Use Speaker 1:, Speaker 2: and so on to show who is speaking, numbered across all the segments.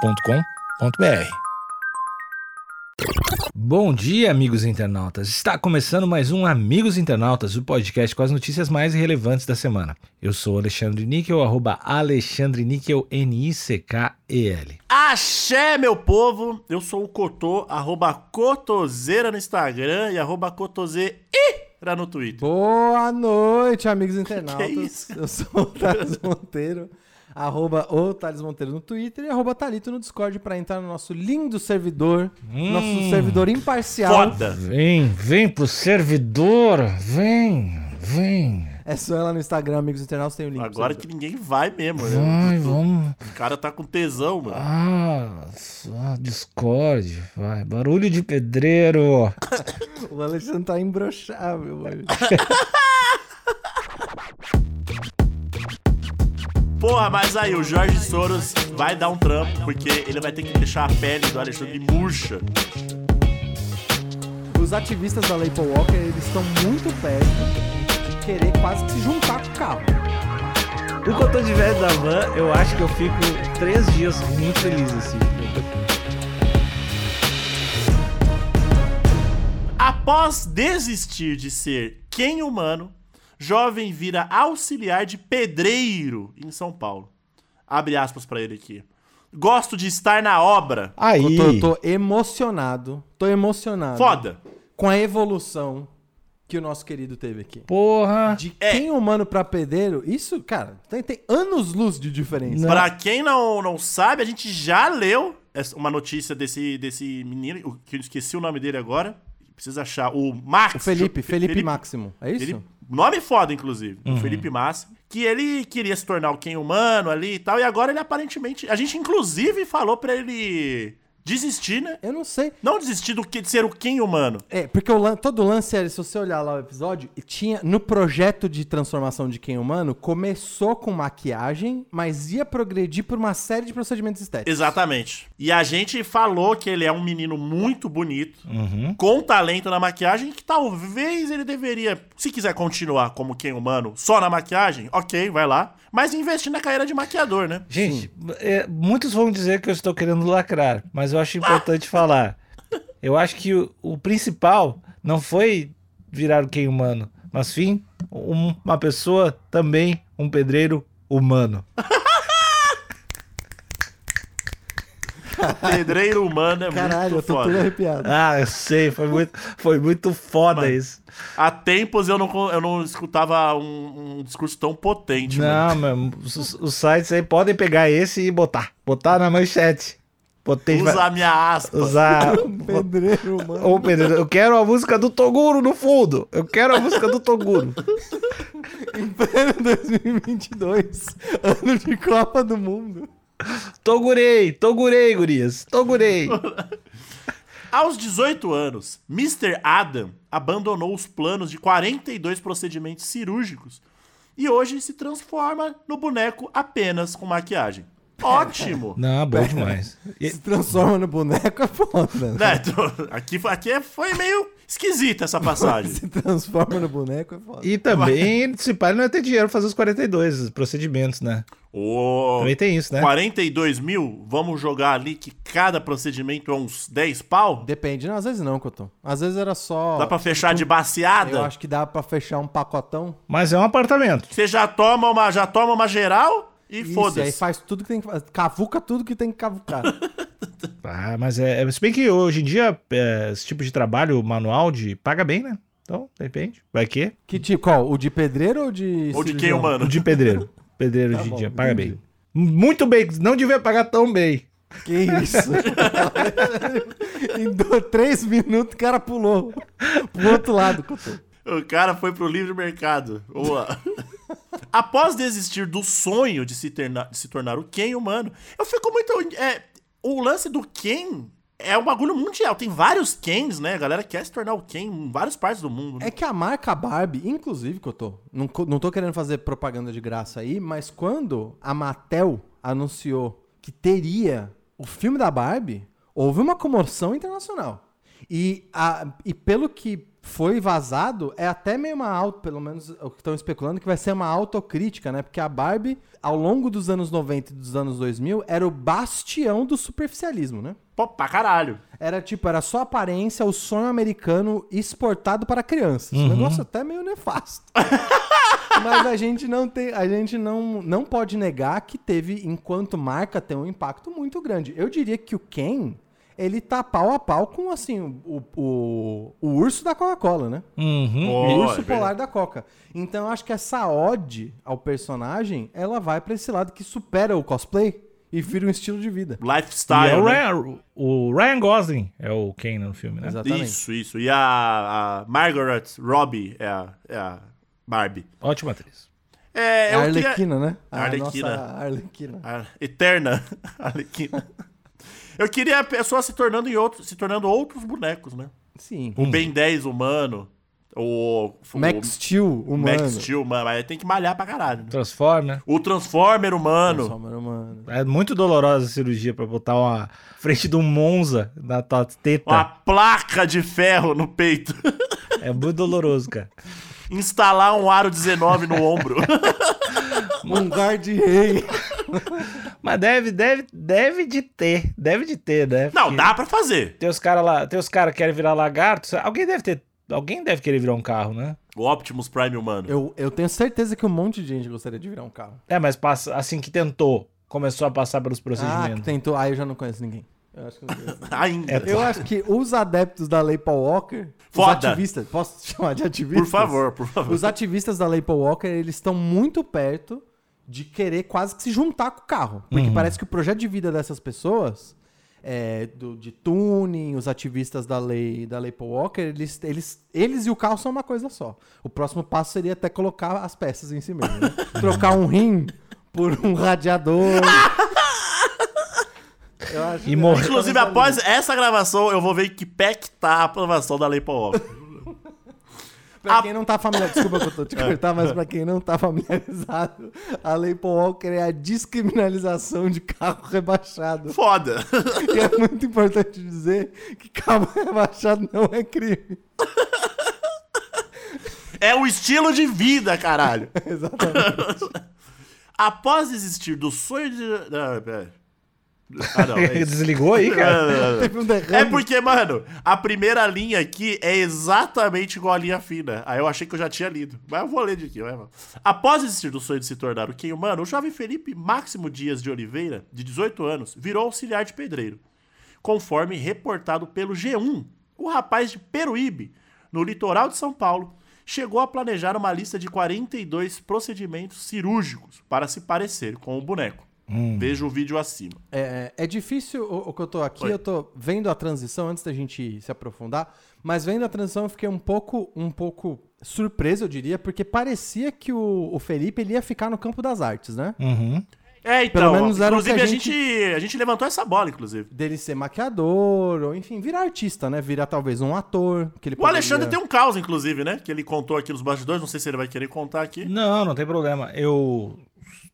Speaker 1: agenciadepodcast.com.br. Bom dia, amigos internautas. Está começando mais um Amigos Internautas, o podcast com as notícias mais relevantes da semana. Eu sou Alexandre Níquel, arroba Alexandre Níquel, N-I-C-K-E-L.
Speaker 2: Axé, meu povo! Eu sou o Cotô, arroba Cotoseira no Instagram e arroba Cotoseira no Twitter.
Speaker 3: Boa noite, amigos internautas.
Speaker 2: isso?
Speaker 3: Eu sou o Thales Monteiro, arroba o Thales Monteiro no Twitter e arroba Thalito no Discord pra entrar no nosso lindo servidor, nosso servidor imparcial.
Speaker 2: Hum. Foda!
Speaker 1: Vem, vem pro servidor, vem, vem.
Speaker 3: É só ela no Instagram, amigos internautas, tem o link. pro
Speaker 2: Agora que
Speaker 3: servidor.
Speaker 2: ninguém vai mesmo, né?
Speaker 1: Vai, vamos.
Speaker 2: O cara tá com tesão, mano.
Speaker 1: Ah, só Discord, vai. Barulho de pedreiro.
Speaker 3: O Alexandre tá embroxável, mano.
Speaker 2: Porra, mas aí o Jorge Soros vai dar um trampo, porque ele vai ter que deixar a pele do Alexandre murcha.
Speaker 3: Os ativistas da Lapo Walker, eles estão muito perto de querer quase que se juntar com o carro.
Speaker 4: O que eu tô de velho da van, eu acho que eu fico três dias muito feliz assim.
Speaker 2: Após desistir de ser quem humano, jovem vira auxiliar de pedreiro em São Paulo. Abre aspas pra ele aqui. Gosto de estar na obra.
Speaker 1: Aí.
Speaker 3: Eu tô, eu tô emocionado, tô emocionado
Speaker 2: Foda.
Speaker 3: com a evolução que o nosso querido teve aqui.
Speaker 1: Porra.
Speaker 3: De
Speaker 2: É.
Speaker 3: quem humano pra pedreiro, isso, cara, tem, tem anos-luz de diferença.
Speaker 2: Pra quem não, não sabe, a gente já leu essa- uma notícia desse, desse menino, o- que eu esqueci o nome dele agora. Precisa achar. O Max.
Speaker 3: O Felipe,
Speaker 2: Fe-
Speaker 3: Felipe, Máximo, é isso? Uhum.
Speaker 2: Felipe- nome foda, inclusive. O Felipe Máximo. Que ele queria se tornar o quem humano ali e tal. E agora ele aparentemente. A gente, inclusive, falou pra ele desistir, né?
Speaker 3: Eu não sei.
Speaker 2: Não desistir do que, de ser o quem humano.
Speaker 3: É, porque o lan- todo lance era, se você olhar lá o episódio, e tinha no projeto de transformação de quem humano, começou com maquiagem, mas ia progredir por uma série de procedimentos estéticos.
Speaker 2: Exatamente. E a gente falou que ele é um menino muito bonito, com talento na maquiagem, que talvez ele deveria, se quiser continuar como quem humano, só na maquiagem, ok, vai lá. Mas investir na carreira de maquiador, né?
Speaker 1: Gente, é, muitos vão dizer que eu estou querendo lacrar, mas eu acho importante falar. Eu acho que o, o principal não foi virar o quem humano, mas sim um- uma pessoa também, um pedreiro humano.
Speaker 2: Pedreiro humano é
Speaker 3: Caralho, eu
Speaker 2: muito
Speaker 3: tô
Speaker 2: foda.
Speaker 3: todo arrepiado.
Speaker 1: Ah, eu sei, foi muito, foi muito foda
Speaker 2: Mas-
Speaker 1: isso.
Speaker 2: Há tempos eu não, co- eu não escutava um, um discurso tão potente. mano.
Speaker 1: Não, mano, os, os sites aí podem pegar esse e botar. Botar na manchete. Botei,
Speaker 2: Usa a minha aspa.
Speaker 1: usar
Speaker 2: É.
Speaker 3: Um Pedreiro, humano.
Speaker 1: Ô, Pedro, eu quero a música do Toguro no fundo. Eu quero a música do Toguro.
Speaker 3: Em pleno 2022, ano de Copa do Mundo.
Speaker 1: Togurei, Togurei, gurias. Togurei.
Speaker 2: Aos 18 anos, Mr. Adam abandonou os planos de 42 procedimentos cirúrgicos e hoje se transforma no boneco apenas com maquiagem. Ótimo!
Speaker 1: Não, bom demais. E-
Speaker 3: Se transforma no boneco, é foda. né?
Speaker 2: né? tô- Aqui, aqui é- foi meio esquisita essa passagem.
Speaker 3: Se transforma no boneco, é foda.
Speaker 1: E também, se pá, ele não ia ter dinheiro pra fazer os 42 procedimentos, né?
Speaker 2: Ô,
Speaker 1: Também tem
Speaker 3: tá
Speaker 1: isso, né?
Speaker 2: 42 mil, vamos jogar ali que cada procedimento é uns 10 pau?
Speaker 3: Depende, não, às vezes não, Coton. Às vezes era só.
Speaker 2: Dá pra fechar de
Speaker 3: Eu
Speaker 2: baseada?
Speaker 3: acho que dá pra fechar um pacotão.
Speaker 1: Mas é um apartamento.
Speaker 2: Você já toma uma, já toma uma geral e
Speaker 3: Isso, aí
Speaker 2: foda-se.
Speaker 3: faz tudo que tem que fazer. Cavuca tudo que tem que cavucar.
Speaker 1: Ah, mas é. é- Se bem que hoje em dia, é, esse tipo de trabalho manual de paga bem, né? Então, depende. Vai que?
Speaker 3: que tipo, qual? O de pedreiro ou de.
Speaker 2: Ou de quem
Speaker 3: cirurgião?
Speaker 2: humano?
Speaker 1: O de pedreiro. Pedreiro hoje em
Speaker 3: bom,
Speaker 1: dia, paga
Speaker 3: entendi.
Speaker 1: bem. Muito bem, não devia pagar tão bem.
Speaker 3: Que isso? em dois, três minutos o cara pulou pro outro lado. Cotô.
Speaker 2: O cara foi pro livre mercado. Boa. Após desistir do sonho de se, terna- de se tornar o Ken humano, eu fico muito. é, o lance do Ken é um bagulho mundial. Tem vários Kens, né? A galera quer se tornar o Ken em várias partes do mundo. né?
Speaker 3: É que a marca Barbie, inclusive, Cotô, não, co- não tô querendo fazer propaganda de graça aí, mas quando a Mattel anunciou que teria o filme da Barbie, houve uma comoção internacional. E, a- e pelo que foi vazado, é até meio uma auto, pelo menos o que estão especulando, que vai ser uma autocrítica, né? Porque a Barbie, ao longo dos anos 90 e dos anos 2000, era o bastião do superficialismo, né?
Speaker 2: Pô, pra caralho.
Speaker 3: Era tipo, era só aparência, o sonho americano exportado para crianças.
Speaker 2: Uhum.
Speaker 3: Um negócio até meio nefasto. Mas a gente não tem, a gente não, não pode negar que teve, enquanto marca, tem um impacto muito grande. Eu diria que o Ken, ele tá pau a pau com assim o, o, o urso da Coca-Cola, né?
Speaker 1: Uhum.
Speaker 2: Pô,
Speaker 3: o
Speaker 2: é
Speaker 3: urso
Speaker 2: verdade.
Speaker 3: polar da Coca. Então eu acho que essa ode ao personagem, ela vai pra esse lado que supera o cosplay e vira um estilo de vida.
Speaker 1: E
Speaker 2: Lifestyle.
Speaker 1: é o
Speaker 2: né?
Speaker 1: Ryan, o Ryan Gosling é o Ken no filme, né?
Speaker 3: Exatamente.
Speaker 2: Isso, isso. E a, a Margaret Robbie é a, é a Barbie.
Speaker 1: Ótima atriz.
Speaker 2: É,
Speaker 3: É a
Speaker 2: eu queria-
Speaker 3: Arlequina, né?
Speaker 2: A Arlequina.
Speaker 3: nossa Arlequina.
Speaker 2: A eterna Arlequina. Eu queria a pessoa se tornando em outro, se tornando outros bonecos, né?
Speaker 3: Sim.
Speaker 2: O Ben 10 humano, o o-
Speaker 3: Max Steel,
Speaker 2: o
Speaker 3: humano.
Speaker 2: Max Steel humano, mas tem que malhar pra caralho. né?
Speaker 1: Transforma.
Speaker 2: O Transformer humano.
Speaker 3: Transformer humano.
Speaker 1: É muito dolorosa a cirurgia pra botar uma frente de um Monza na tua teta.
Speaker 2: Uma placa de ferro no peito.
Speaker 1: É muito doloroso, cara.
Speaker 2: Instalar um aro 19 no ombro.
Speaker 3: Mungar de rei.
Speaker 1: Mas deve, deve, deve de ter. Deve de ter, né?
Speaker 2: Não,
Speaker 1: Porque
Speaker 2: dá pra fazer.
Speaker 1: Tem os caras lá, tem os caras que querem virar lagarto. Alguém deve ter. Alguém deve querer virar um carro, né?
Speaker 2: O Optimus Prime humano.
Speaker 3: Eu, eu tenho certeza que um monte de gente gostaria de virar um carro.
Speaker 1: É, mas passa, assim que tentou, começou a passar pelos
Speaker 3: Ah, que
Speaker 1: procedimentos.
Speaker 3: tentou. Ah, eu já não conheço ninguém. Eu acho que, eu não conheço.
Speaker 2: Ainda.
Speaker 3: Eu acho que os adeptos da Lei Paul Walker, os
Speaker 2: Foda.
Speaker 3: ativistas, posso chamar de ativistas?
Speaker 2: Por favor, por favor.
Speaker 3: Os ativistas da Lei Paul Walker, eles estão muito perto de querer quase que se juntar com o carro. Porque
Speaker 1: Uhum.
Speaker 3: parece que o projeto de vida dessas pessoas, é, do, de tuning, os ativistas da Lei, da lei Paul Walker, eles, eles, eles e o carro são uma coisa só. O próximo passo seria até colocar as peças em si mesmo. né? Trocar um rim por um radiador. Eu acho
Speaker 1: E morrer.
Speaker 2: Inclusive, após essa gravação, eu vou ver em que pé que tá a aprovação da Lei Paul Walker.
Speaker 3: Pra
Speaker 2: A-
Speaker 3: quem não tá familiarizado, desculpa que eu tô te cortar, mas pra quem não tá familiarizado, a Lei Paul Walker é a descriminalização de carro rebaixado.
Speaker 2: Foda.
Speaker 3: E é muito importante dizer que carro rebaixado não é crime.
Speaker 2: É o estilo de vida, caralho.
Speaker 3: Exatamente.
Speaker 2: Após desistir do sonho de. Ah, pera. Ah, não. É,
Speaker 1: Ele
Speaker 2: isso.
Speaker 1: Desligou aí, cara?
Speaker 3: Teve um
Speaker 2: É
Speaker 3: derrame.
Speaker 2: porque, mano, a primeira linha aqui é exatamente igual a linha fina. Aí eu achei que eu já tinha lido. Mas eu vou ler de aqui, vai, mano. Após desistir do sonho de se tornar o quem humano, o jovem Felipe Máximo Dias de Oliveira, de 18 anos, virou auxiliar de pedreiro. Conforme reportado pelo G1, o rapaz de Peruíbe, no litoral de São Paulo, chegou a planejar uma lista de 42 procedimentos cirúrgicos para se parecer com o boneco. Veja o vídeo acima.
Speaker 3: É, é difícil o, o que eu tô aqui,
Speaker 2: Oi.
Speaker 3: eu tô vendo a transição antes da gente se aprofundar, mas vendo a transição eu fiquei um pouco, um pouco surpreso, eu diria, porque parecia que o, o Felipe ele ia ficar no campo das artes, né?
Speaker 1: Uhum.
Speaker 2: É, então,
Speaker 3: Pelo menos era o que
Speaker 2: inclusive
Speaker 3: a
Speaker 2: a gente... a gente levantou essa bola, inclusive.
Speaker 3: dele ser maquiador, ou enfim, virar artista, né? Virar talvez um ator. Que ele
Speaker 2: O Alexandre tem um caos, inclusive, né? Que ele contou aqui nos bastidores, não sei se ele vai querer contar aqui.
Speaker 1: Não, não tem problema. Eu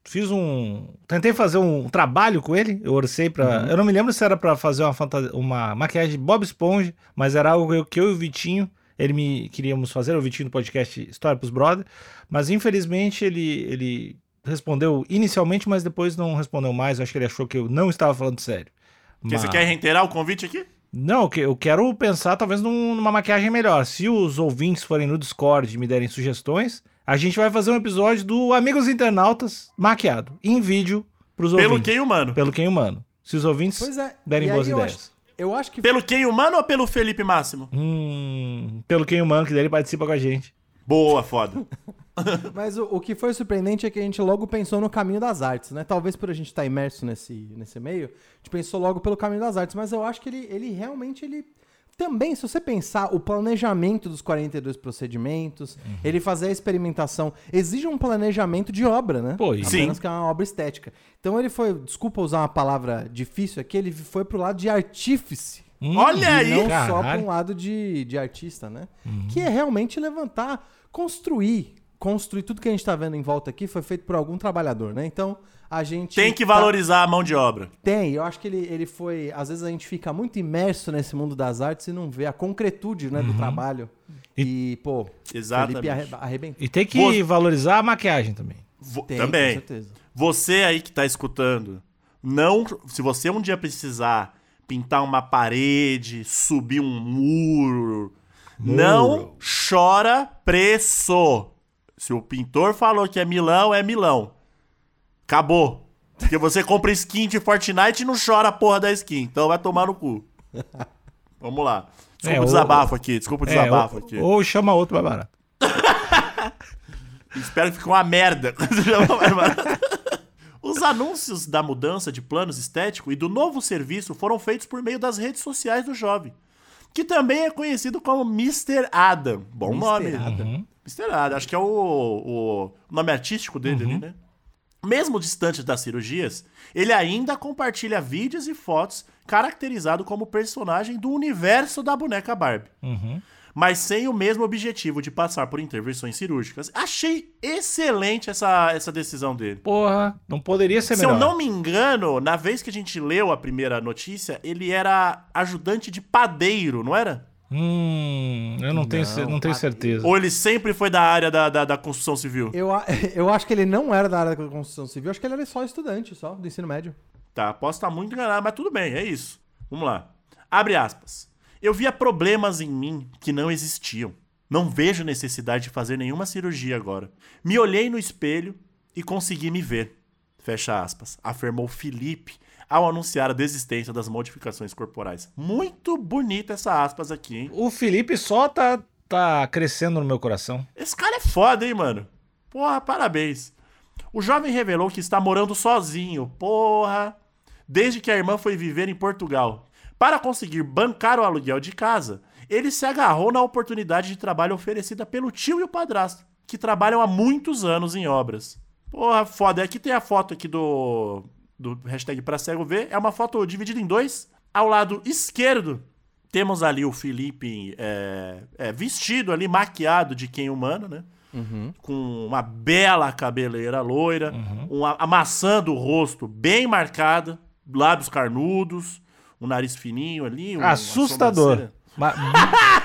Speaker 1: fiz um. Tentei fazer um trabalho com ele. Eu orcei
Speaker 2: Uhum.
Speaker 1: pra. Eu não me lembro se era pra fazer uma, fanta- uma maquiagem de Bob Esponja, mas era algo eu- que eu e o Vitinho. Ele me queríamos fazer, o Vitinho do podcast História pros Brother. Mas infelizmente ele, ele respondeu inicialmente, mas depois não respondeu mais. Eu acho que ele achou que eu não estava falando sério.
Speaker 2: Porque
Speaker 1: Mas-
Speaker 2: Você quer reiterar o convite aqui?
Speaker 1: não, eu que- eu quero pensar talvez num- numa maquiagem melhor. Se os ouvintes forem no Discord e me derem sugestões, a gente vai fazer um episódio do Amigos Internautas maquiado, em vídeo, pros
Speaker 2: Pelo
Speaker 1: ouvintes.
Speaker 2: quem humano.
Speaker 1: Pelo quem humano. Se os
Speaker 2: um
Speaker 1: ouvintes
Speaker 3: Pois é.
Speaker 1: derem
Speaker 3: e aí
Speaker 1: boas
Speaker 3: eu
Speaker 1: ideias.
Speaker 3: acho- eu acho que.
Speaker 2: Pelo quem humano ou pelo Felipe Máximo?
Speaker 1: Hum, pelo quem humano, que daí ele participa com a gente.
Speaker 2: Boa, foda.
Speaker 3: Mas o, o que foi surpreendente é que a gente logo pensou no caminho das artes, né? Talvez por a gente estar imerso nesse, nesse meio, a gente pensou logo pelo caminho das artes, mas eu acho que ele, ele realmente ele também, se você pensar o planejamento dos 42 procedimentos, ele fazer a experimentação, exige um planejamento de obra, né?
Speaker 1: Pô, e-
Speaker 2: Sim.
Speaker 3: Apenas que é uma obra estética. Então ele foi, desculpa usar uma palavra difícil aqui, ele foi pro lado de artífice.
Speaker 1: Hum,
Speaker 2: Olha aí!
Speaker 3: Não só para
Speaker 1: Caralho.
Speaker 3: um lado de, de artista, né? Que é realmente levantar, construir. Construir tudo que a gente tá vendo em volta aqui foi feito por algum trabalhador, né? Então, a gente.
Speaker 2: Tem que
Speaker 3: tá-
Speaker 2: valorizar a mão de obra.
Speaker 3: Tem, eu acho que ele, ele foi. Às vezes a gente fica muito imerso nesse mundo das artes e não vê a concretude né, do trabalho. E, pô,
Speaker 2: Exatamente.
Speaker 3: Felipe arre- arrebentou.
Speaker 1: E tem que
Speaker 2: Você-
Speaker 1: valorizar a maquiagem também.
Speaker 2: Vo-
Speaker 3: Tem,
Speaker 2: também.
Speaker 3: Com certeza.
Speaker 2: Você aí que tá escutando, não, se você um dia precisar pintar uma parede, subir um muro, não chora preço. Se o pintor falou que é Milão, é Milão. Acabou. Porque você compra skin de Fortnite e não chora a porra da skin. Então vai tomar no cu. Vamos lá. Desculpa
Speaker 1: É,
Speaker 2: o
Speaker 1: o-
Speaker 2: desabafo aqui. Desculpa o
Speaker 1: É,
Speaker 2: desabafo
Speaker 1: ou-
Speaker 2: aqui.
Speaker 1: ou chama outro mais barato.
Speaker 2: Espero que fique uma merda. Os anúncios da mudança de planos estético e do novo serviço foram feitos por meio das redes sociais do jovem, que também é conhecido como Mr. Adam. Bom
Speaker 3: Mr.
Speaker 2: nome.
Speaker 3: Adam.
Speaker 1: Uhum.
Speaker 2: Mr. Adam, acho que é o, o nome artístico dele ali, né? Mesmo distante das cirurgias, ele ainda compartilha vídeos e fotos caracterizado como personagem do universo da boneca Barbie
Speaker 1: Uhum.
Speaker 2: mas sem o mesmo objetivo de passar por intervenções cirúrgicas. Achei excelente essa, essa decisão dele.
Speaker 1: Porra, não poderia ser
Speaker 2: Se
Speaker 1: é melhor.
Speaker 2: eu não me engano, na vez que a gente leu a primeira notícia, ele era ajudante de padeiro, não era?
Speaker 1: Hum, eu não, tenho, ce- não tenho certeza.
Speaker 2: Ou ele sempre foi da área da, da, da construção civil?
Speaker 3: Eu, a- eu acho que ele não era da área da construção civil, acho que ele era só estudante, só, do ensino médio.
Speaker 2: Tá, posso estar muito enganado, mas tudo bem, é isso. Vamos lá. Abre aspas. Eu via problemas em mim que não existiam. Não vejo necessidade de fazer nenhuma cirurgia agora. Me olhei no espelho e consegui me ver. Fecha aspas. Afirmou Felipe ao anunciar a desistência das modificações corporais. Muito bonita essa aspas aqui, hein?
Speaker 1: O Felipe só tá, tá crescendo no meu coração.
Speaker 2: Esse cara é foda, hein, mano? Porra, parabéns. O jovem revelou que está morando sozinho, porra, desde que a irmã foi viver em Portugal. Para conseguir bancar o aluguel de casa, ele se agarrou na oportunidade de trabalho oferecida pelo tio e o padrasto, que trabalham há muitos anos em obras. Porra, foda. Aqui tem a foto aqui do, do hashtag pra cego ver. É uma foto dividida em dois. Ao lado esquerdo, temos ali o Felipe é, é, vestido ali, maquiado de quem humano, né?
Speaker 1: Uhum.
Speaker 2: Com uma bela cabeleira loira, uma, a maçã do rosto bem marcada, lábios carnudos, um nariz fininho ali. um- uma
Speaker 1: Assustador.
Speaker 2: sobrancelha.
Speaker 1: Ma-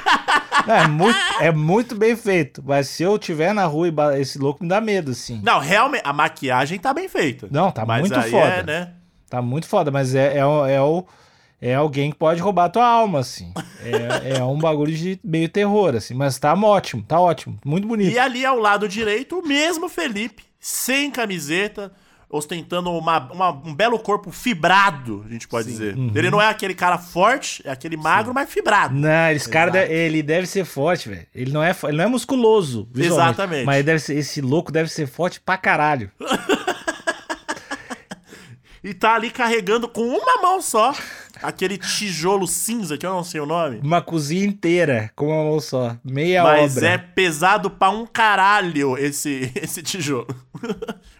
Speaker 1: é, muito, é muito bem feito. Mas se eu tiver na rua e ba- esse louco me dá medo, assim.
Speaker 2: Não, realmente, a maquiagem tá bem feita.
Speaker 1: Não, tá
Speaker 2: Mas
Speaker 1: muito
Speaker 2: aí
Speaker 1: foda.
Speaker 2: É, né?
Speaker 1: Tá muito foda, mas é, é, o- é, o, é alguém que pode roubar a tua alma, assim. É, é um bagulho de meio terror, assim. Mas tá ótimo, tá ótimo. Muito bonito.
Speaker 2: E ali ao lado direito, o mesmo Felipe, sem camiseta, ostentando uma- uma- um belo corpo fibrado, a gente pode dizer. Ele não é aquele cara forte, é aquele magro, mas fibrado.
Speaker 1: Não, esse cara, de- ele deve ser forte, velho. Ele, não é, fo- ele não é musculoso, visualmente.
Speaker 2: Exatamente.
Speaker 1: Mas ele deve ser- esse louco deve ser forte pra caralho.
Speaker 2: E tá ali carregando com uma mão só aquele tijolo cinza, que eu não sei o nome.
Speaker 1: Uma cozinha inteira, com uma mão só. Meia
Speaker 2: Mas
Speaker 1: obra.
Speaker 2: é pesado pra um caralho esse, esse tijolo.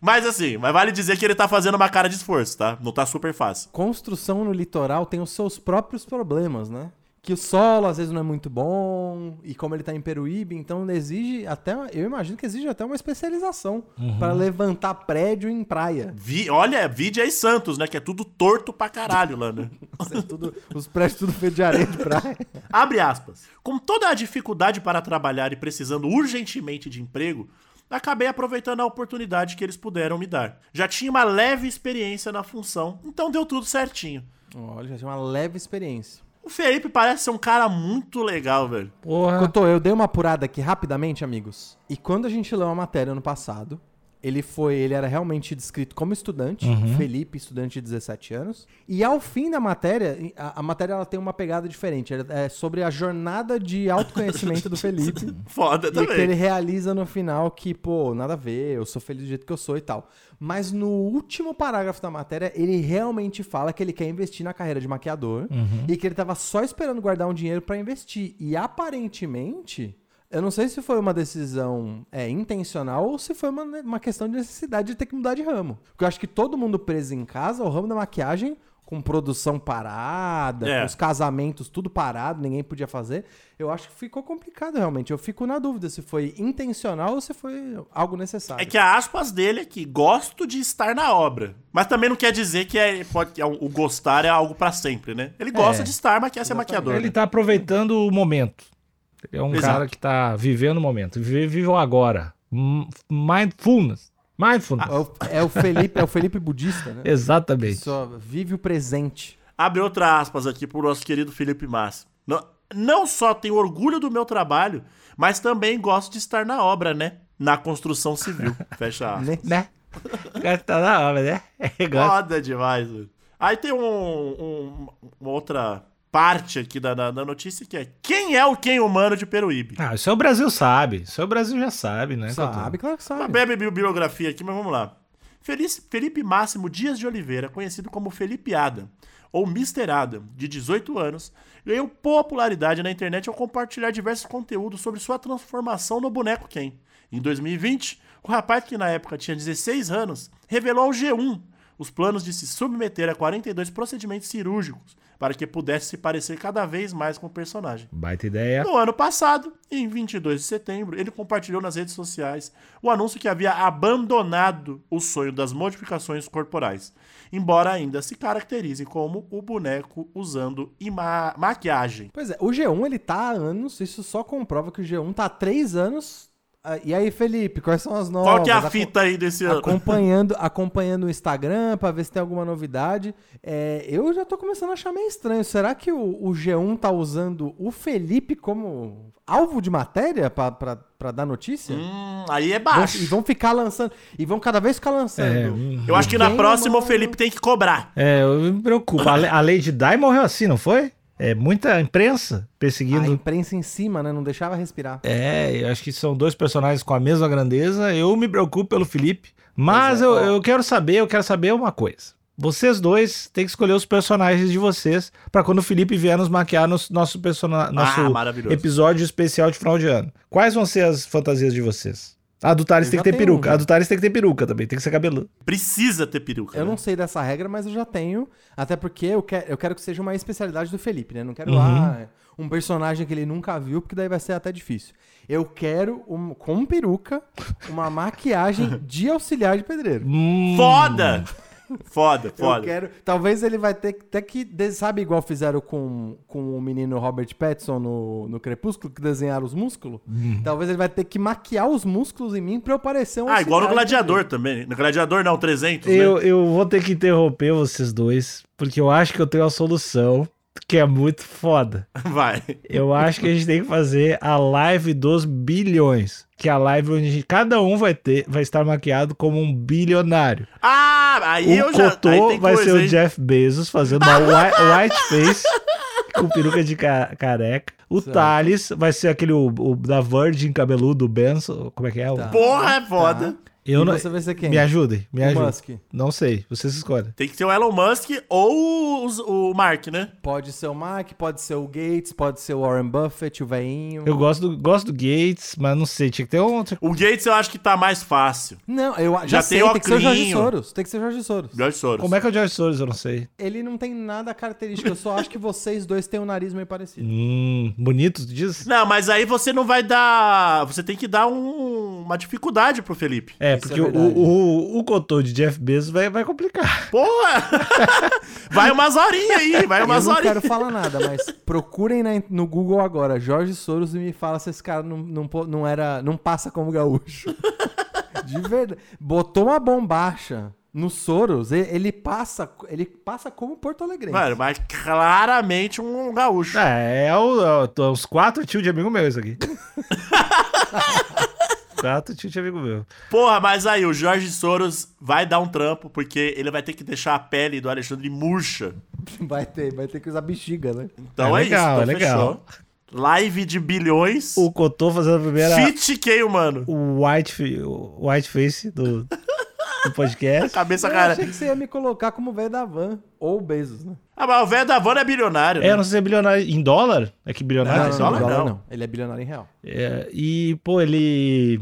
Speaker 2: mas assim, mas vale dizer que ele tá fazendo uma cara de esforço, tá? Não tá super fácil.
Speaker 3: Construção no litoral tem os seus próprios problemas, né? Que o solo às vezes não é muito bom, e como ele tá em Peruíbe, então exige até, eu imagino que exige até uma especialização pra levantar prédio em praia.
Speaker 2: Vi, olha, vide aí Santos, né? Que é tudo torto pra caralho lá, né?
Speaker 3: Isso é tudo- os prédios tudo feito de areia de praia.
Speaker 2: Abre aspas. Com toda a dificuldade para trabalhar e precisando urgentemente de emprego, acabei aproveitando a oportunidade que eles puderam me dar. Já tinha uma leve experiência na função, então deu tudo certinho.
Speaker 3: Olha, é uma leve experiência.
Speaker 2: O Felipe parece ser um cara muito legal, velho.
Speaker 1: Porra.
Speaker 3: Cotô, eu dei uma apurada aqui rapidamente, amigos. E quando a gente leu a matéria no passado, ele foi, ele era realmente descrito como estudante, Felipe, estudante de 17 anos. E ao fim da matéria, a, a matéria ela tem uma pegada diferente, ela é sobre a jornada de autoconhecimento do Felipe.
Speaker 2: Foda
Speaker 3: E que ele é
Speaker 2: também.
Speaker 3: realiza no final que, pô, nada a ver, eu sou feliz do jeito que eu sou e tal. Mas no último parágrafo da matéria, ele realmente fala que ele quer investir na carreira de maquiador e que ele tava só esperando guardar um dinheiro pra investir. E aparentemente, eu não sei se foi uma decisão é, intencional ou se foi uma, uma questão de necessidade de ter que mudar de ramo. Porque eu acho que todo mundo preso em casa, o ramo da maquiagem. com produção parada,
Speaker 2: É.
Speaker 3: com os casamentos tudo parado, ninguém podia fazer. Eu acho que ficou complicado realmente. Eu fico na dúvida se foi intencional ou se foi algo necessário.
Speaker 2: É que a aspas dele é que gosto de estar na obra. Mas também não quer dizer que, é, pode, que é o o gostar é algo pra sempre, né? Ele gosta
Speaker 3: É,
Speaker 2: de estar, mas quer ser maquiador.
Speaker 1: Ele
Speaker 2: né?
Speaker 1: tá aproveitando o momento. Ele é um
Speaker 2: Exato.
Speaker 1: cara que tá vivendo o momento. Vive, vive o agora. M- Mindfulness. Mindfulness.
Speaker 3: É o, é o Felipe, é o Felipe budista,
Speaker 2: Ah.
Speaker 3: né?
Speaker 1: Exatamente.
Speaker 3: Só vive o presente.
Speaker 2: Abre outra aspas aqui pro nosso querido Felipe Massa. Não, não só tenho orgulho do meu trabalho, mas também gosto de estar na obra, né? Na construção civil. Fecha aspas.
Speaker 3: Né?
Speaker 1: Né? O cara tá na obra, né? Gosta.
Speaker 2: Foda demais, mano. Aí tem um, um- uma outra parte aqui da, da, da notícia que é quem é o quem humano de Peruíbe?
Speaker 1: Ah, isso é o Brasil sabe. Isso é o Brasil já sabe, né?
Speaker 3: Sabe, claro que
Speaker 2: Uma
Speaker 3: sabe.
Speaker 2: breve bi- biografia aqui, mas vamos lá. Feliz- Felipe Máximo Dias de Oliveira, conhecido como Felipe Adam, ou Mr. Adam, de 18 anos, ganhou popularidade na internet ao compartilhar diversos conteúdos sobre sua transformação no boneco Ken. Em 2020, o rapaz que na época tinha 16 anos revelou ao G1 os planos de se submeter a 42 procedimentos cirúrgicos para que pudesse se parecer cada vez mais com o personagem.
Speaker 1: Baita ideia.
Speaker 2: No ano passado, em 22 de setembro, ele compartilhou nas redes sociais o anúncio que havia abandonado o sonho das modificações corporais, embora ainda se caracterize como o boneco usando ima- maquiagem.
Speaker 3: Pois é, o G1 ele tá há anos, isso só comprova que o G1 tá há três anos. Ah, E aí, Felipe, quais são as novas?
Speaker 2: Qual que é a
Speaker 3: Acom-
Speaker 2: fita aí desse ano?
Speaker 3: Acompanhando, acompanhando o Instagram pra ver se tem alguma novidade. É, eu já tô começando a achar meio estranho. Será que o, o G1 tá usando o Felipe como alvo de matéria pra- pra pra dar notícia?
Speaker 2: Hum, aí é
Speaker 3: Vão-
Speaker 2: baixo.
Speaker 3: e vão ficar lançando. E vão cada vez ficar lançando.
Speaker 1: É, hum.
Speaker 2: Eu acho que na
Speaker 3: Quem
Speaker 2: próxima o
Speaker 3: manda-
Speaker 2: Felipe tem que cobrar.
Speaker 1: É, eu me preocupo. A, Le- a Lady Di morreu assim, não foi? É muita imprensa
Speaker 3: A
Speaker 1: perseguindo.
Speaker 3: imprensa em cima, né? Não deixava respirar.
Speaker 1: É, eu acho que são dois personagens com a mesma grandeza. Eu me preocupo pelo Felipe. Mas
Speaker 3: é,
Speaker 1: eu, eu quero saber, eu quero saber uma coisa. Vocês dois têm que escolher os personagens de vocês pra quando o Felipe vier nos maquiar no nosso, persona, É nosso
Speaker 2: ah, maravilhoso.
Speaker 1: episódio especial de final de ano. Quais vão ser as fantasias de vocês? A do Thales
Speaker 3: Eu
Speaker 1: tem
Speaker 3: já
Speaker 1: que ter
Speaker 3: tenho
Speaker 1: peruca.
Speaker 3: uma.
Speaker 1: A do Thales tem que ter peruca também, tem que ser cabelo.
Speaker 2: Precisa ter peruca.
Speaker 3: Eu
Speaker 2: né?
Speaker 3: não sei dessa regra, mas eu já tenho. Até porque eu, que, eu quero que seja uma especialidade do Felipe, né? Não quero lá
Speaker 2: Uhum.
Speaker 3: um personagem que ele nunca viu, porque daí vai ser até difícil. Eu quero, um, com peruca, uma maquiagem de auxiliar de pedreiro.
Speaker 1: Hum,
Speaker 2: Foda! Foda,
Speaker 3: Eu
Speaker 2: foda.
Speaker 3: quero. Talvez ele vai ter, que- ter que. de- Sabe, igual fizeram com, com o menino Robert Pattinson no, no Crepúsculo, que desenharam os músculos? Talvez ele vai ter que maquiar os músculos em mim pra eu parecer um.
Speaker 2: Uhum. Ah, igual no
Speaker 3: auxiliar de
Speaker 2: Gladiador também. No Gladiador não, 300, né?
Speaker 1: Eu, eu vou ter que interromper vocês dois, porque eu acho que eu tenho a solução, que é muito foda.
Speaker 2: né? Vai.
Speaker 1: Eu acho que a gente tem que fazer a live dos bilhões. Que é a live onde a gente- cada um vai ter, vai estar maquiado como um bilionário.
Speaker 2: Ah, aí eu
Speaker 1: o
Speaker 2: já... aí
Speaker 1: Cotô
Speaker 2: tem
Speaker 1: vai
Speaker 2: coisa,
Speaker 1: ser o
Speaker 2: hein?
Speaker 1: Jeff Bezos fazendo uma whi- white face com peruca de ca- careca. O
Speaker 3: Certo.
Speaker 1: Thales vai ser aquele o, o da Virgin cabeludo, o Benson. Como é que é? O-
Speaker 3: Tá.
Speaker 2: Porra, é foda.
Speaker 3: pedreiro.
Speaker 1: Eu
Speaker 3: E
Speaker 1: não,
Speaker 3: Você vai ser quem?
Speaker 1: me ajudem, me
Speaker 3: O
Speaker 1: ajudem.
Speaker 3: Musk.
Speaker 1: Não sei, vocês escolhem.
Speaker 2: Tem que ser o Elon Musk ou os- o Mark, né?
Speaker 3: Pode ser o Mark, pode ser o Gates, pode ser o Warren Buffett, o veinho.
Speaker 1: Eu gosto do, gosto do Gates, mas não sei, tinha que ter outra.
Speaker 2: O Gates eu acho que tá mais fácil.
Speaker 3: Não, eu já,
Speaker 2: Já
Speaker 3: sei,
Speaker 2: tem
Speaker 3: tem que ser o Jorge
Speaker 2: óculinho.
Speaker 3: Soros. Tem que ser o Jorge Soros.
Speaker 2: George Soros.
Speaker 1: Como é que é o George Soros? Eu não sei.
Speaker 3: Ele não tem nada característico, eu só acho que vocês dois têm um nariz meio parecido.
Speaker 1: Hum, bonito, tu diz?
Speaker 2: Não, mas aí você não vai dar. Você tem que dar um- uma dificuldade pro Felipe.
Speaker 1: É,
Speaker 3: Isso
Speaker 1: porque
Speaker 3: é
Speaker 1: o,
Speaker 3: verdade.
Speaker 1: o, o cotô de Jeff Bezos vai, vai complicar.
Speaker 2: Porra! vai umas horinhas aí, vai
Speaker 3: Eu não
Speaker 2: umas horinhas.
Speaker 3: quero falar nada, mas procurem na- no Google agora, Jorge Soros, e me fala se esse cara não, não, po- não era, não passa como gaúcho. De verdade. Botou uma bombacha no Soros, e- ele passa, ele passa como Porto Alegre.
Speaker 2: Mano, mas claramente um gaúcho.
Speaker 1: É, é, o, é o- tô- uns quatro tios de amigo meu isso aqui. quatro tios de amigo meu.
Speaker 2: Porra, mas aí o Jorge Soros vai dar um trampo, porque ele vai ter que deixar a pele do Alexandre murcha.
Speaker 3: Vai ter, vai ter que usar bexiga, né?
Speaker 2: Então é,
Speaker 1: É legal,
Speaker 2: isso, então
Speaker 1: é legal.
Speaker 2: fechou. Live de bilhões.
Speaker 1: O cotô fazendo a primeira...
Speaker 2: Fit quem, mano?
Speaker 1: O white, o white face do, do podcast.
Speaker 2: Cabeça,
Speaker 3: eu
Speaker 2: cara.
Speaker 3: achei que você ia me colocar como velho da van. Ou Bezos, né?
Speaker 2: Ah, mas o velho da van é bilionário.
Speaker 1: É,
Speaker 2: né?
Speaker 1: eu não sei, bilionário em dólar? É que bilionário
Speaker 2: Não,
Speaker 1: é
Speaker 2: não,
Speaker 1: dólar?
Speaker 2: não.
Speaker 3: Ele é bilionário em real.
Speaker 1: É, e, pô, ele.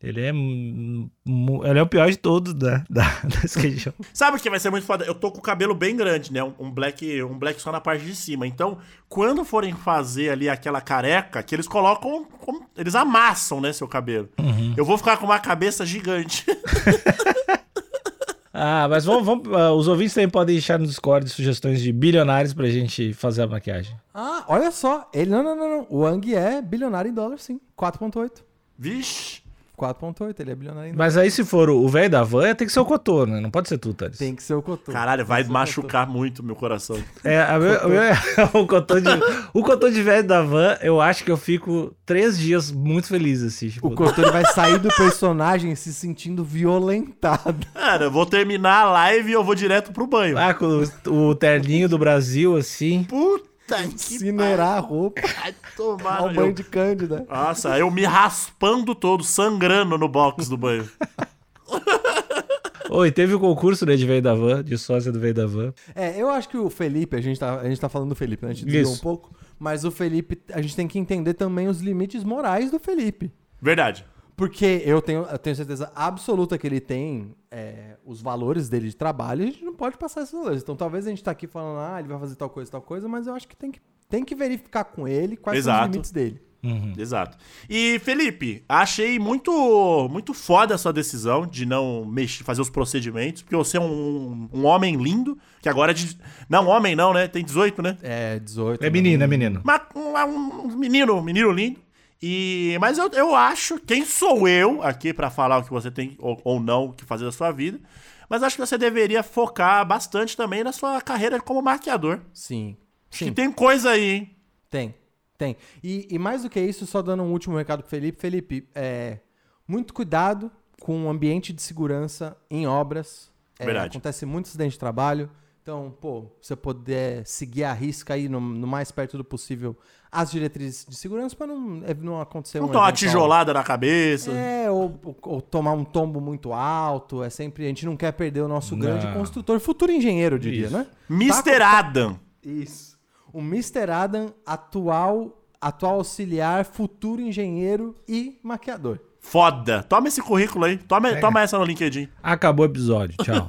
Speaker 1: Ele é. mu- mu- Ele é o pior de todos da, da, da skate show.
Speaker 2: Sabe o que vai ser muito foda? Eu tô com o cabelo bem grande, né? Um um black, um black só na parte de cima. Então, quando forem fazer ali aquela careca, que eles colocam. como- Eles amassam, né, seu cabelo.
Speaker 1: Uhum.
Speaker 2: Eu vou ficar com uma cabeça gigante.
Speaker 1: Ah, mas vamos, vamos- ah, os ouvintes também podem deixar no Discord sugestões de bilionários pra gente fazer a maquiagem.
Speaker 3: Ah, olha só. Ele, não, não, não, não. O Wang é bilionário em dólar, sim. 4.8.
Speaker 2: Vixe.
Speaker 3: 4.8, ele é bilionário em dólar.
Speaker 1: Mas aí se for o o velho da van, tem que ser o Cotô, né? Não pode ser tu, Thales.
Speaker 3: Tem que ser o Cotô.
Speaker 2: Caralho,
Speaker 1: Uhum.
Speaker 2: vai machucar muito meu coração.
Speaker 1: É, a meu- a meu- o, cotô de, o cotô de velho da van, eu acho que eu fico três dias muito feliz, assim. tipo,
Speaker 3: O Cotô ele vai sair do personagem se sentindo violentado.
Speaker 2: Cara, eu vou terminar a live e eu vou direto pro banho.
Speaker 1: lá ah, com o, o terninho do Brasil, assim.
Speaker 2: Puta que
Speaker 3: Incinerar a roupa,
Speaker 2: pariu. Tomar
Speaker 3: ao
Speaker 2: no-
Speaker 3: banho
Speaker 2: eu-
Speaker 3: de Cândida.
Speaker 2: Nossa, eu me raspando todo, sangrando no box do banho.
Speaker 1: Oi, teve o concurso né, de velho da van, de sócia do velho da van.
Speaker 3: É, eu acho que o Felipe, a gente tá, a gente tá falando do Felipe, né? A gente desviou um
Speaker 1: Isso.
Speaker 3: pouco. Mas o Felipe, a gente tem que entender também os limites morais do Felipe.
Speaker 2: Verdade.
Speaker 3: Porque eu tenho, eu tenho certeza absoluta que ele tem é, os valores dele de trabalho e a gente não pode passar esses valores. Então talvez a gente tá aqui falando, ah, ele vai fazer tal coisa, tal coisa, mas eu acho que tem que, tem que verificar com ele quais são
Speaker 2: Exato.
Speaker 3: os limites dele.
Speaker 2: Exato. E, Felipe, achei muito muito foda a sua decisão de não mexer, fazer os procedimentos, porque você é um, um homem lindo, que agora é de. Não, homem não, né? Tem 18, né?
Speaker 3: É, 18.
Speaker 1: É menino, é menino.
Speaker 2: Mas um, um menino, um menino lindo. E, mas eu, eu acho, quem sou eu aqui pra falar o que você tem ou, ou não que fazer da sua vida, mas acho que você deveria focar bastante também na sua carreira como maquiador.
Speaker 3: Sim.
Speaker 2: Que
Speaker 3: Sim,
Speaker 2: tem coisa aí, hein?
Speaker 3: tem. Tem. E, e mais do que isso, só dando um último recado pro Felipe. Felipe, é, muito cuidado com o ambiente de segurança em obras. É,
Speaker 2: Verdade.
Speaker 3: Acontece muito acidente de trabalho. Então, pô, se você puder seguir a risca aí no, no mais perto do possível as diretrizes de segurança pra não, é, não acontecer
Speaker 2: Não
Speaker 3: um
Speaker 2: tá uma
Speaker 3: eventual-
Speaker 2: tijolada na cabeça.
Speaker 3: É, ou, ou- ou tomar um tombo muito alto. É sempre. A gente não quer perder o nosso grande
Speaker 1: Não.
Speaker 3: construtor, futuro engenheiro, eu diria,
Speaker 1: Isso.
Speaker 3: né?
Speaker 2: Mr. Adam.
Speaker 3: Isso. O Mr. Adam, atual, atual auxiliar, futuro engenheiro e maquiador.
Speaker 2: Foda. Toma esse currículo aí. Toma, toma essa no LinkedIn.
Speaker 1: Acabou o episódio, tchau.